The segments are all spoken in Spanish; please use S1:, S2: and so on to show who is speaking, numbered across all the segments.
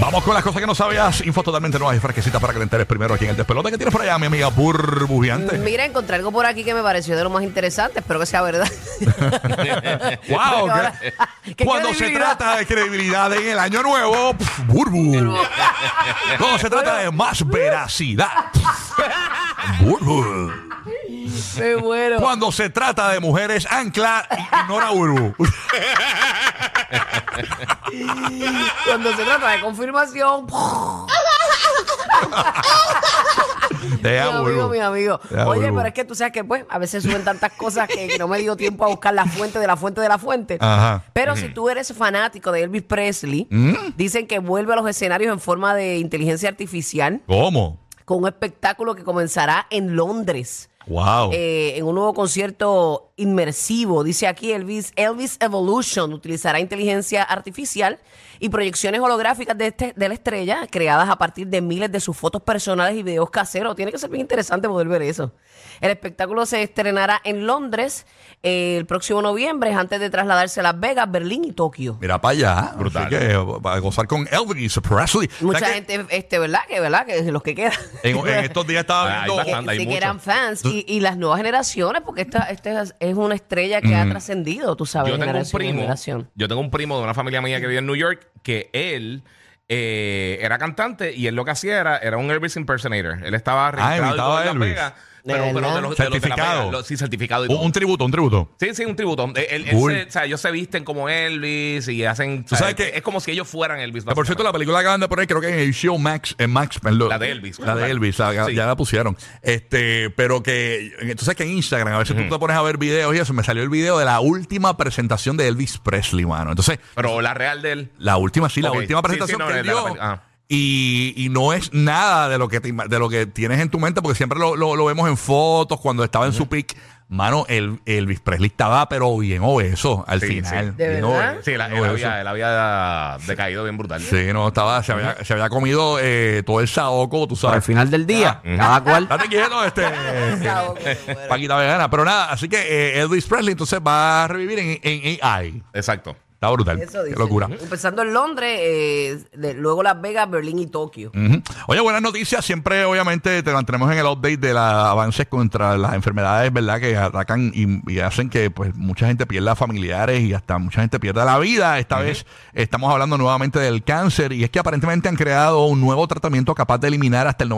S1: Vamos con las cosas que no sabías. Info totalmente nuevas y fresquecitas para que te enteres primero aquí en el despelote que tienes por allá, mi amiga burbujeante.
S2: Mira, encontré algo por aquí que me pareció de lo más interesante. Espero que sea verdad.
S1: ¡Wow!
S2: Porque ahora-
S1: que-
S2: qué
S1: Cuando se
S2: credibilidad.
S1: trata de credibilidad en el año nuevo, pf, burbu. Cuando se trata de más veracidad, pf, burbu.
S2: Me muero.
S1: Cuando se trata de mujeres, ancla, ignora burbu.
S2: Cuando se trata de confirmación.
S1: Te
S2: mi
S1: amo,
S2: amigo,
S1: burbu.
S2: mi amigo.
S1: Te amo,
S2: Oye,
S1: burbu.
S2: pero es que tú sabes que pues a veces suben tantas cosas que, que no me dio tiempo a buscar la fuente de la fuente de la fuente.
S1: Ajá. ¿Mm?
S2: Pero si tú eres fanático de Elvis Presley, dicen que vuelve a los escenarios en forma de inteligencia artificial
S1: ¿Cómo?
S2: con un espectáculo que comenzará en Londres.
S1: ¡Wow!
S2: eh, en un nuevo concierto inmersivo. Dice aquí Elvis, Elvis Evolution utilizará inteligencia artificial y proyecciones holográficas de, este, de la estrella creadas a partir de miles de sus fotos personales y videos caseros. Tiene que ser bien interesante poder ver eso. El espectáculo se estrenará en Londres eh, el próximo noviembre antes de trasladarse a Las Vegas, Berlín y Tokio.
S1: Mira para allá.
S3: Brutal.
S1: Así que, eh, va a gozar con Elvis Presley.
S2: Mucha
S1: ¿Sabes
S2: gente, este, ¿verdad? Que, ¿verdad? Que los que quedan.
S1: qué? En, en estos días estaba
S3: Ah,
S1: viendo.
S3: ahí va. Bastante, hay
S2: sí que
S3: mucho.
S2: eran fans y, y las nuevas generaciones, porque esta, esta es, es una estrella que ha trascendido, tú sabes,
S3: Mm. yo tengo un
S2: generación en
S3: primo.
S2: generación.
S3: Yo tengo un primo de una familia mía que vive en New York que él eh, era cantante y él lo que hacía era, era un Elvis impersonator. Él estaba registrado y
S1: Ah, imitaba
S3: todo en
S1: a
S3: La
S1: Elvis.
S3: Vega,
S2: ¿De
S3: pero, pero
S2: verdad?
S3: de los de los de La Vega,
S1: Certificado.
S3: lo- sí, certificado y
S1: Un,
S3: todo.
S1: un tributo, un tributo.
S3: Sí, sí, un tributo. Él- él- él
S1: Cool.
S3: se- o sea, ellos se visten como Elvis y hacen.
S1: Tú
S3: o sea,
S1: sabes que-
S3: es como si ellos fueran Elvis.
S1: Que, por cierto, la película que acaban de poner, creo que en el show Max, en Max, perdón.
S3: La de Elvis.
S1: La de Elvis, la-
S3: Sí.
S1: ya la pusieron. Este, pero que, entonces que en Instagram, a veces tú te pones a ver videos y eso, me salió el video de la última presentación de Elvis Presley, mano. Entonces,
S3: Pero la real de él.
S1: la última, sí,
S3: Ok.
S1: la última
S3: Sí,
S1: presentación
S3: sí, no,
S1: que él
S3: la- la-
S1: dio.
S3: ah.
S1: Y, y no es nada de lo que te ima- de lo que tienes en tu mente, porque siempre lo, lo- lo vemos en fotos, cuando estaba en su pick. Mano, el, Elvis Presley estaba, pero bien obeso al
S3: Sí, sí.
S1: final.
S2: ¿De
S1: bien
S2: verdad?
S1: obeso,
S3: Sí, eh, la-
S1: bien
S3: él,
S1: obeso.
S3: había, él había decaído bien brutal.
S1: Sí, no, estaba, se había, se había comido eh, todo el saoco, tú
S4: Pero al
S1: sabes.
S4: final del día, cada cual.
S1: Date quieto, este. Paquita vegana. Pero nada, así que eh, Elvis Presley entonces va a revivir en, en AI.
S3: Exacto.
S1: Está brutal.
S2: Eso
S1: Qué
S2: dice.
S1: locura.
S2: Empezando en Londres, eh, de- luego Las Vegas, Berlín y Tokio.
S1: Ujú. Oye, buenas noticias. Siempre, obviamente, te mantenemos en el update de los avances contra las enfermedades, ¿verdad? Que atacan y, y hacen que pues mucha gente pierda familiares y hasta mucha gente pierda la vida. Esta vez estamos hablando nuevamente del cáncer y es que aparentemente han creado un nuevo tratamiento capaz de eliminar hasta el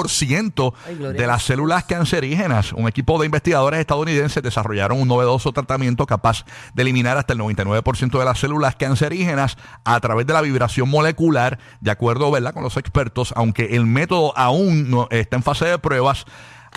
S1: 99%
S2: Ay, gloria
S1: de
S2: a
S1: las células cancerígenas. Un equipo de investigadores estadounidenses desarrollaron un novedoso tratamiento capaz de eliminar hasta el 99% de las células cancerígenas a través de la vibración molecular, de acuerdo ¿verdad? con los expertos, aunque el método aún no está en fase de pruebas,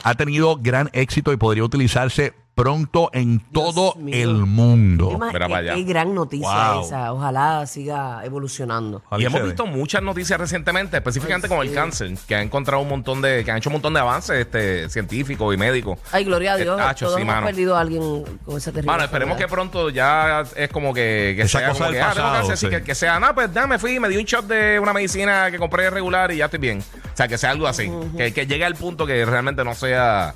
S1: ha tenido gran éxito y podría utilizarse pronto en todo
S2: mío.
S1: el mundo.
S2: Es más,
S3: Mira para
S2: qué-
S3: allá.
S2: qué gran noticia
S1: Wow.
S2: esa. Ojalá siga evolucionando.
S1: Ojalá
S3: Y
S1: se
S3: hemos
S1: dé.
S3: visto muchas noticias recientemente, específicamente con el cáncer, que han encontrado un montón de, que han hecho un montón de avances este, científicos y médicos.
S2: Ay, gloria a Dios.
S3: Eh, tacho,
S2: todos
S3: sí,
S2: hemos
S3: mano.
S2: perdido a alguien con esa terrible.
S3: Mano, esperemos que
S2: enfermedad.
S3: pronto ya es como que, que
S1: Esa
S3: sea
S1: cosa
S3: como
S1: del
S3: que, ah, tengo
S1: pasado,
S3: cáncer, sí,
S1: sí.
S3: que, que sea, no, pues ya me fui, me di un shot de una medicina que compré regular y ya estoy bien. O sea, que sea algo así, que, que llegue al punto que realmente no sea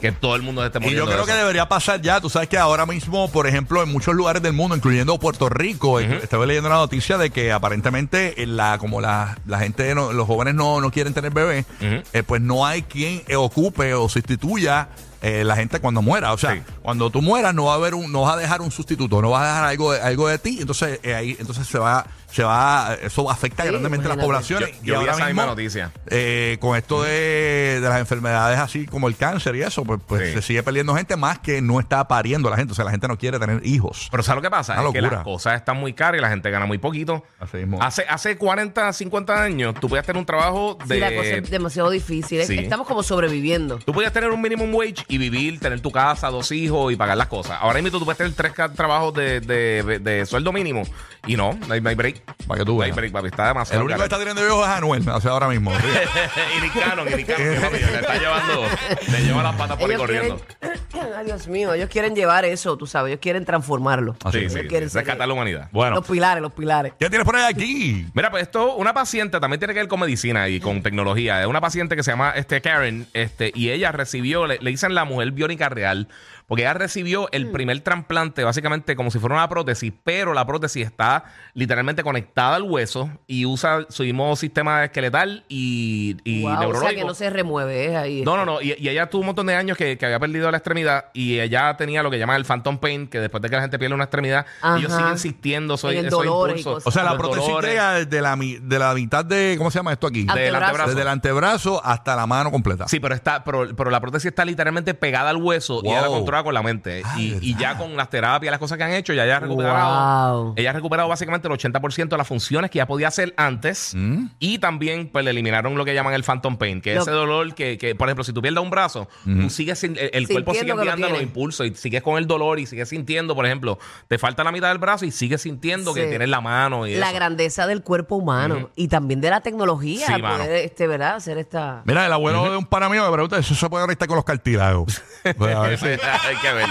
S3: que todo el mundo esté
S1: Y
S3: muriendo.
S1: yo creo
S3: de
S1: que
S3: eso.
S1: debería pasar ya. Tú sabes que ahora mismo, por ejemplo, en muchos lugares del mundo, incluyendo Puerto Rico, eh, estaba leyendo la noticia de que aparentemente eh, la, como la, la gente, no- los jóvenes no, no quieren tener bebés,
S3: Ujú.
S1: eh, pues no hay quien eh, ocupe o sustituya. eh, la gente cuando muera, o sea,
S3: Sí.
S1: cuando tú mueras no va a haber un, no vas a dejar un sustituto, no vas a dejar algo de, algo de ti, entonces eh, ahí entonces se va se va eh, eso afecta
S2: Sí,
S1: grandemente a las
S2: imagínate.
S1: poblaciones
S3: Yo- yo vi esa misma noticia.
S1: eh, con esto de, de las enfermedades así como el cáncer y eso, pues, pues
S3: Sí.
S1: se sigue perdiendo gente más que no está pariendo la gente. O sea, la gente no quiere tener hijos.
S3: Pero ¿sabes lo que pasa?
S1: Una
S3: es que
S1: locura.
S3: las cosas están muy caras y la gente gana muy poquito.
S1: Así mismo.
S3: Hace, hace 40, 50 años, tú podías tener un trabajo
S2: Sí, la cosa es
S3: de...
S2: demasiado difícil. Es-
S3: Sí.
S2: Estamos como sobreviviendo.
S3: Tú podías tener un minimum wage y vivir, tener tu casa, dos hijos y pagar las cosas. Ahora mismo tú puedes tener tres ca- trabajos de, de- de sueldo mínimo y no, no hay, no hay break.
S1: Para que tú
S3: No hay
S1: veas.
S3: break, papi, está demasiado.
S1: El único que
S3: caro.
S1: está tirando viejos es Anuel, o sea, ahora mismo. Sí.
S3: y Nick Cannon, y Nick Cannon, papi, le está llevando, le lleva las patas por ahí
S2: Ellos
S3: corriendo.
S2: quieren- Ay, Dios mío, ellos quieren llevar eso, tú sabes, ellos quieren transformarlo.
S1: Así
S3: Sí,
S1: es.
S3: sí,
S2: quieren ser-
S3: rescatar la humanidad.
S1: Bueno,
S2: Los pilares, los pilares.
S1: ¿qué tienes por ahí aquí?
S3: Mira, pues esto, una paciente también tiene que ver con medicina y con tecnología. Es una paciente que se llama este, Karen, este, y ella recibió, le, le dicen la mujer biónica real, porque ella recibió el
S2: Mm.
S3: primer trasplante, básicamente como si fuera una prótesis, pero la prótesis está literalmente conectada al hueso y usa su mismo sistema esqueletal y, y
S2: Wow, o
S3: neurológico.
S2: sea que no se remueve, es ahí.
S3: No, no, no. Y, y ella tuvo un montón de años que, que había perdido la extremidad y ella tenía lo que llaman el phantom pain, que después de que la gente pierde una extremidad,
S2: Ajá.
S3: ellos siguen insistiendo eso-
S2: En el
S3: esos
S2: dolor y
S3: impulsos.
S2: cosas.
S1: O sea, la
S3: Los
S1: prótesis
S3: dolores.
S1: llega de la, mi- de la mitad de, ¿cómo se llama esto aquí?
S2: Del
S3: Del antebrazo.
S1: Desde el antebrazo hasta la mano completa.
S3: Sí, pero está, pero, pero la prótesis está literalmente pegada al hueso y
S1: Wow.
S3: ella la controla con la mente.
S1: Ah,
S3: Y, y ya
S1: ¿verdad?
S3: con las terapias, las cosas que han hecho, ya ella ha recuperado.
S2: Wow.
S3: Ella ha recuperado básicamente el 80% de las funciones que ya podía hacer antes.
S1: Mm.
S3: Y también, pues, le eliminaron lo que llaman el phantom pain, que es
S2: Lo-
S3: ese dolor que, que, por ejemplo, si tú pierdes un brazo,
S1: Mm-hmm.
S3: tú sigues sin- el, el cuerpo sigue
S2: Sintiendo que lo
S3: enviando los
S2: tiene.
S3: impulsos y sigues con el dolor y sigues sintiendo, por ejemplo, te falta la mitad del brazo y sigues sintiendo que
S2: Sí.
S3: tienes la mano y
S2: La
S3: eso.
S2: grandeza del cuerpo humano y también de la tecnología,
S3: Sí,
S2: poder,
S3: mano.
S2: este, ¿verdad? Hacer esta.
S1: Mira, el abuelo de un pana mío me pregunta, ¿eso se puede arreglar con los cartílagos? Pues, a ver si-
S3: Hay que ver.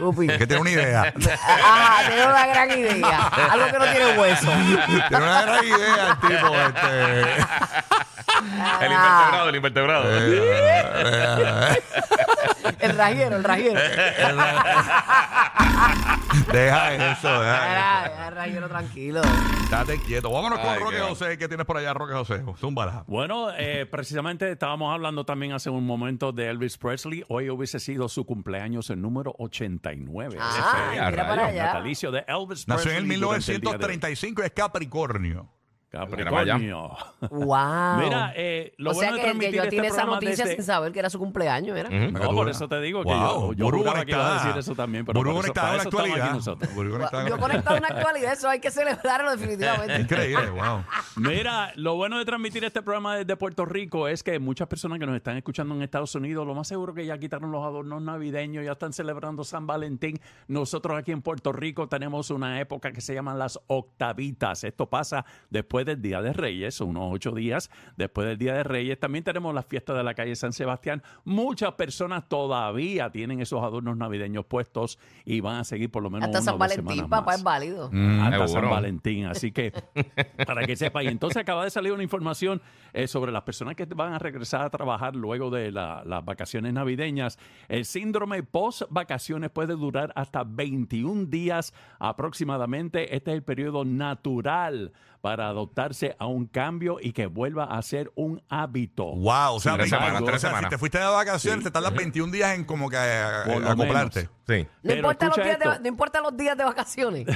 S2: Upi.
S1: es que tiene una idea.
S2: Ajá, tiene una gran idea. Algo que no tiene hueso.
S1: tiene una gran idea el tipo. Este.
S2: Ah.
S3: El invertebrado, el invertebrado.
S1: eh,
S2: El rajero, el rajero.
S1: Deja eso, deja eso.
S2: Era- era el rajero tranquilo.
S1: Estate quieto. Vámonos con
S3: Ay, qué
S1: Roque
S3: bueno.
S1: José. ¿Qué tienes por allá, Roque José? Zúmbala.
S4: Bueno, eh, precisamente estábamos hablando también hace un momento de Elvis Presley. Hoy hubiese sido su cumpleaños el número 89.
S2: Ah,
S3: mira para
S4: rayos,
S2: allá.
S4: natalicio de Elvis
S1: Nació
S4: Presley.
S1: en el
S4: durante el día de hoy.
S1: 1935 y es Capricornio.
S3: Mira para allá.
S4: Capricornio.
S2: Wow.
S4: Mira, eh, lo
S2: o
S4: bueno
S2: sea que
S4: de
S2: el que
S4: transmitir
S2: yo
S4: este
S2: tiene esa
S4: programa
S2: noticia
S4: desde-
S2: sin saber que era su cumpleaños, ¿era?
S1: Me
S4: No,
S1: quedó
S4: por
S1: una.
S4: eso te digo que
S1: Wow,
S4: yo, yo
S1: Burbu
S4: juraba que iba
S1: conectada.
S4: a decir eso también, pero
S1: Burbu
S4: por eso,
S1: conectada
S4: para
S1: en la
S4: eso estamos aquí
S1: actualidad.
S4: nosotros.
S1: Burbu conectada en
S2: Yo
S1: la actualidad.
S2: conectado a una actualidad, eso hay que celebrarlo definitivamente.
S1: Increíble, wow.
S4: Mira, lo bueno de transmitir este programa desde Puerto Rico es que muchas personas que nos están escuchando en Estados Unidos, lo más seguro que ya quitaron los adornos navideños, ya están celebrando San Valentín. Nosotros aquí en Puerto Rico tenemos una época que se llaman las octavitas. Esto pasa después del Día de Reyes, unos ocho días después del Día de Reyes. También tenemos las fiestas de la calle San Sebastián. Muchas personas todavía tienen esos adornos navideños puestos y van a seguir por lo menos
S2: Hasta
S4: una
S2: San
S4: o dos
S2: Valentín,
S4: semanas
S2: papá,
S4: más
S2: es válido.
S4: hasta
S3: Seguro.
S4: San Valentín. Así que, para que sepa. Y entonces acaba de salir una información eh, sobre las personas que van a regresar a trabajar luego de la- las vacaciones navideñas. El síndrome post-vacaciones puede durar hasta 21 días aproximadamente. Este es el periodo natural para adoptarse a un cambio y que vuelva a ser un hábito.
S1: Wow, o sea,
S3: Sí, tres
S1: venga,
S3: semanas,
S1: o
S3: tres
S1: sea, si
S3: semanas.
S1: te fuiste de vacaciones,
S4: Sí.
S1: te tardas 21 días en como que eh,
S4: Por lo
S1: acoplarte.
S4: menos.
S3: Sí.
S2: No
S4: Pero
S2: importa, los
S4: escucha
S2: días de,
S4: esto.
S2: no importa los días de vacaciones.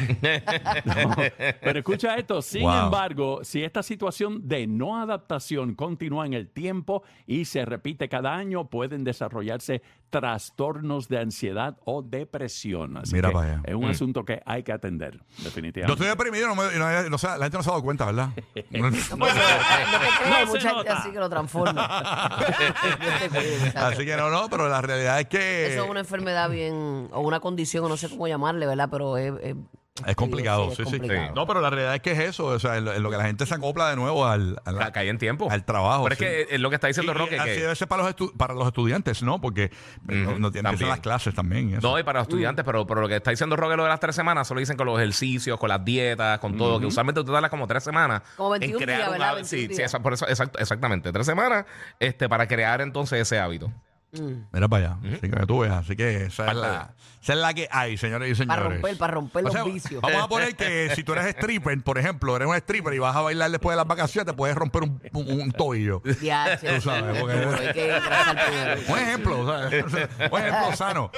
S4: Pero escucha esto, sin
S1: Wow.
S4: embargo, si esta situación de no adaptación continúa en el tiempo y se repite cada año, pueden desarrollarse trastornos de ansiedad o depresión. Así
S1: Mira
S4: que
S1: para allá.
S4: es un asunto que hay que atender, definitivamente.
S1: Yo estoy deprimido, no me- no- no sé, la gente no se ha dado cuenta, ¿verdad?
S2: No te creas, hay
S4: se
S2: mucha gente
S4: nota.
S2: así que lo transforma. Dios te cuide, muchacho.
S1: Así que no, no, pero la realidad es que
S2: Eso es una enfermedad bien, o una condición, no sé cómo llamarle, ¿verdad? Pero es, es-
S1: es complicado,
S2: es
S1: sí, sí,
S2: complicado.
S1: No, pero la realidad es que es eso, o sea, en lo, en lo que la gente se acopla de nuevo al, al-
S3: Ca- caí en tiempo.
S1: al trabajo.
S3: Pero
S1: sí.
S3: es que es lo que está diciendo
S1: Y- y
S3: Roque.
S1: así
S3: que-
S1: debe ser para los, estu- para los estudiantes, ¿no? Porque eh, no, no tienen que hacer
S3: también.
S1: las clases también. y eso.
S3: No, y para los
S2: Mm.
S3: estudiantes, pero, pero lo que está diciendo Roque lo de las tres semanas, solo dicen con los ejercicios, con las dietas, con todo, que usualmente tú tardas como tres semanas.
S2: Como 21
S3: en crear
S2: días,
S3: un
S2: ¿verdad?
S3: hábito. Sí,
S2: 21
S3: sí,
S2: días.
S3: esa- por eso, exacto- exactamente. Tres semanas este, para crear entonces ese hábito.
S2: mm,
S1: Mira para allá. Así que tú veas. Así que esa es,
S3: Parte
S1: la, esa es la que hay, señores y señores.
S2: Para romper, para romper
S1: O
S2: los
S1: sea,
S2: vicios.
S1: Vamos a poner que si tú eres stripper, por ejemplo, eres un stripper y vas a bailar después de las vacaciones, te puedes romper un, un- un tobillo.
S2: Ya, che,
S1: Tú sabes, porque-
S2: duro, hay que engrasar primero.
S1: Un ejemplo, ¿sabes? un ejemplo sano.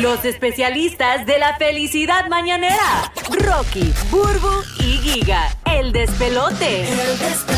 S5: Los especialistas de la felicidad mañanera. Rocky, Burbu y Giga. El despelote. El despelote.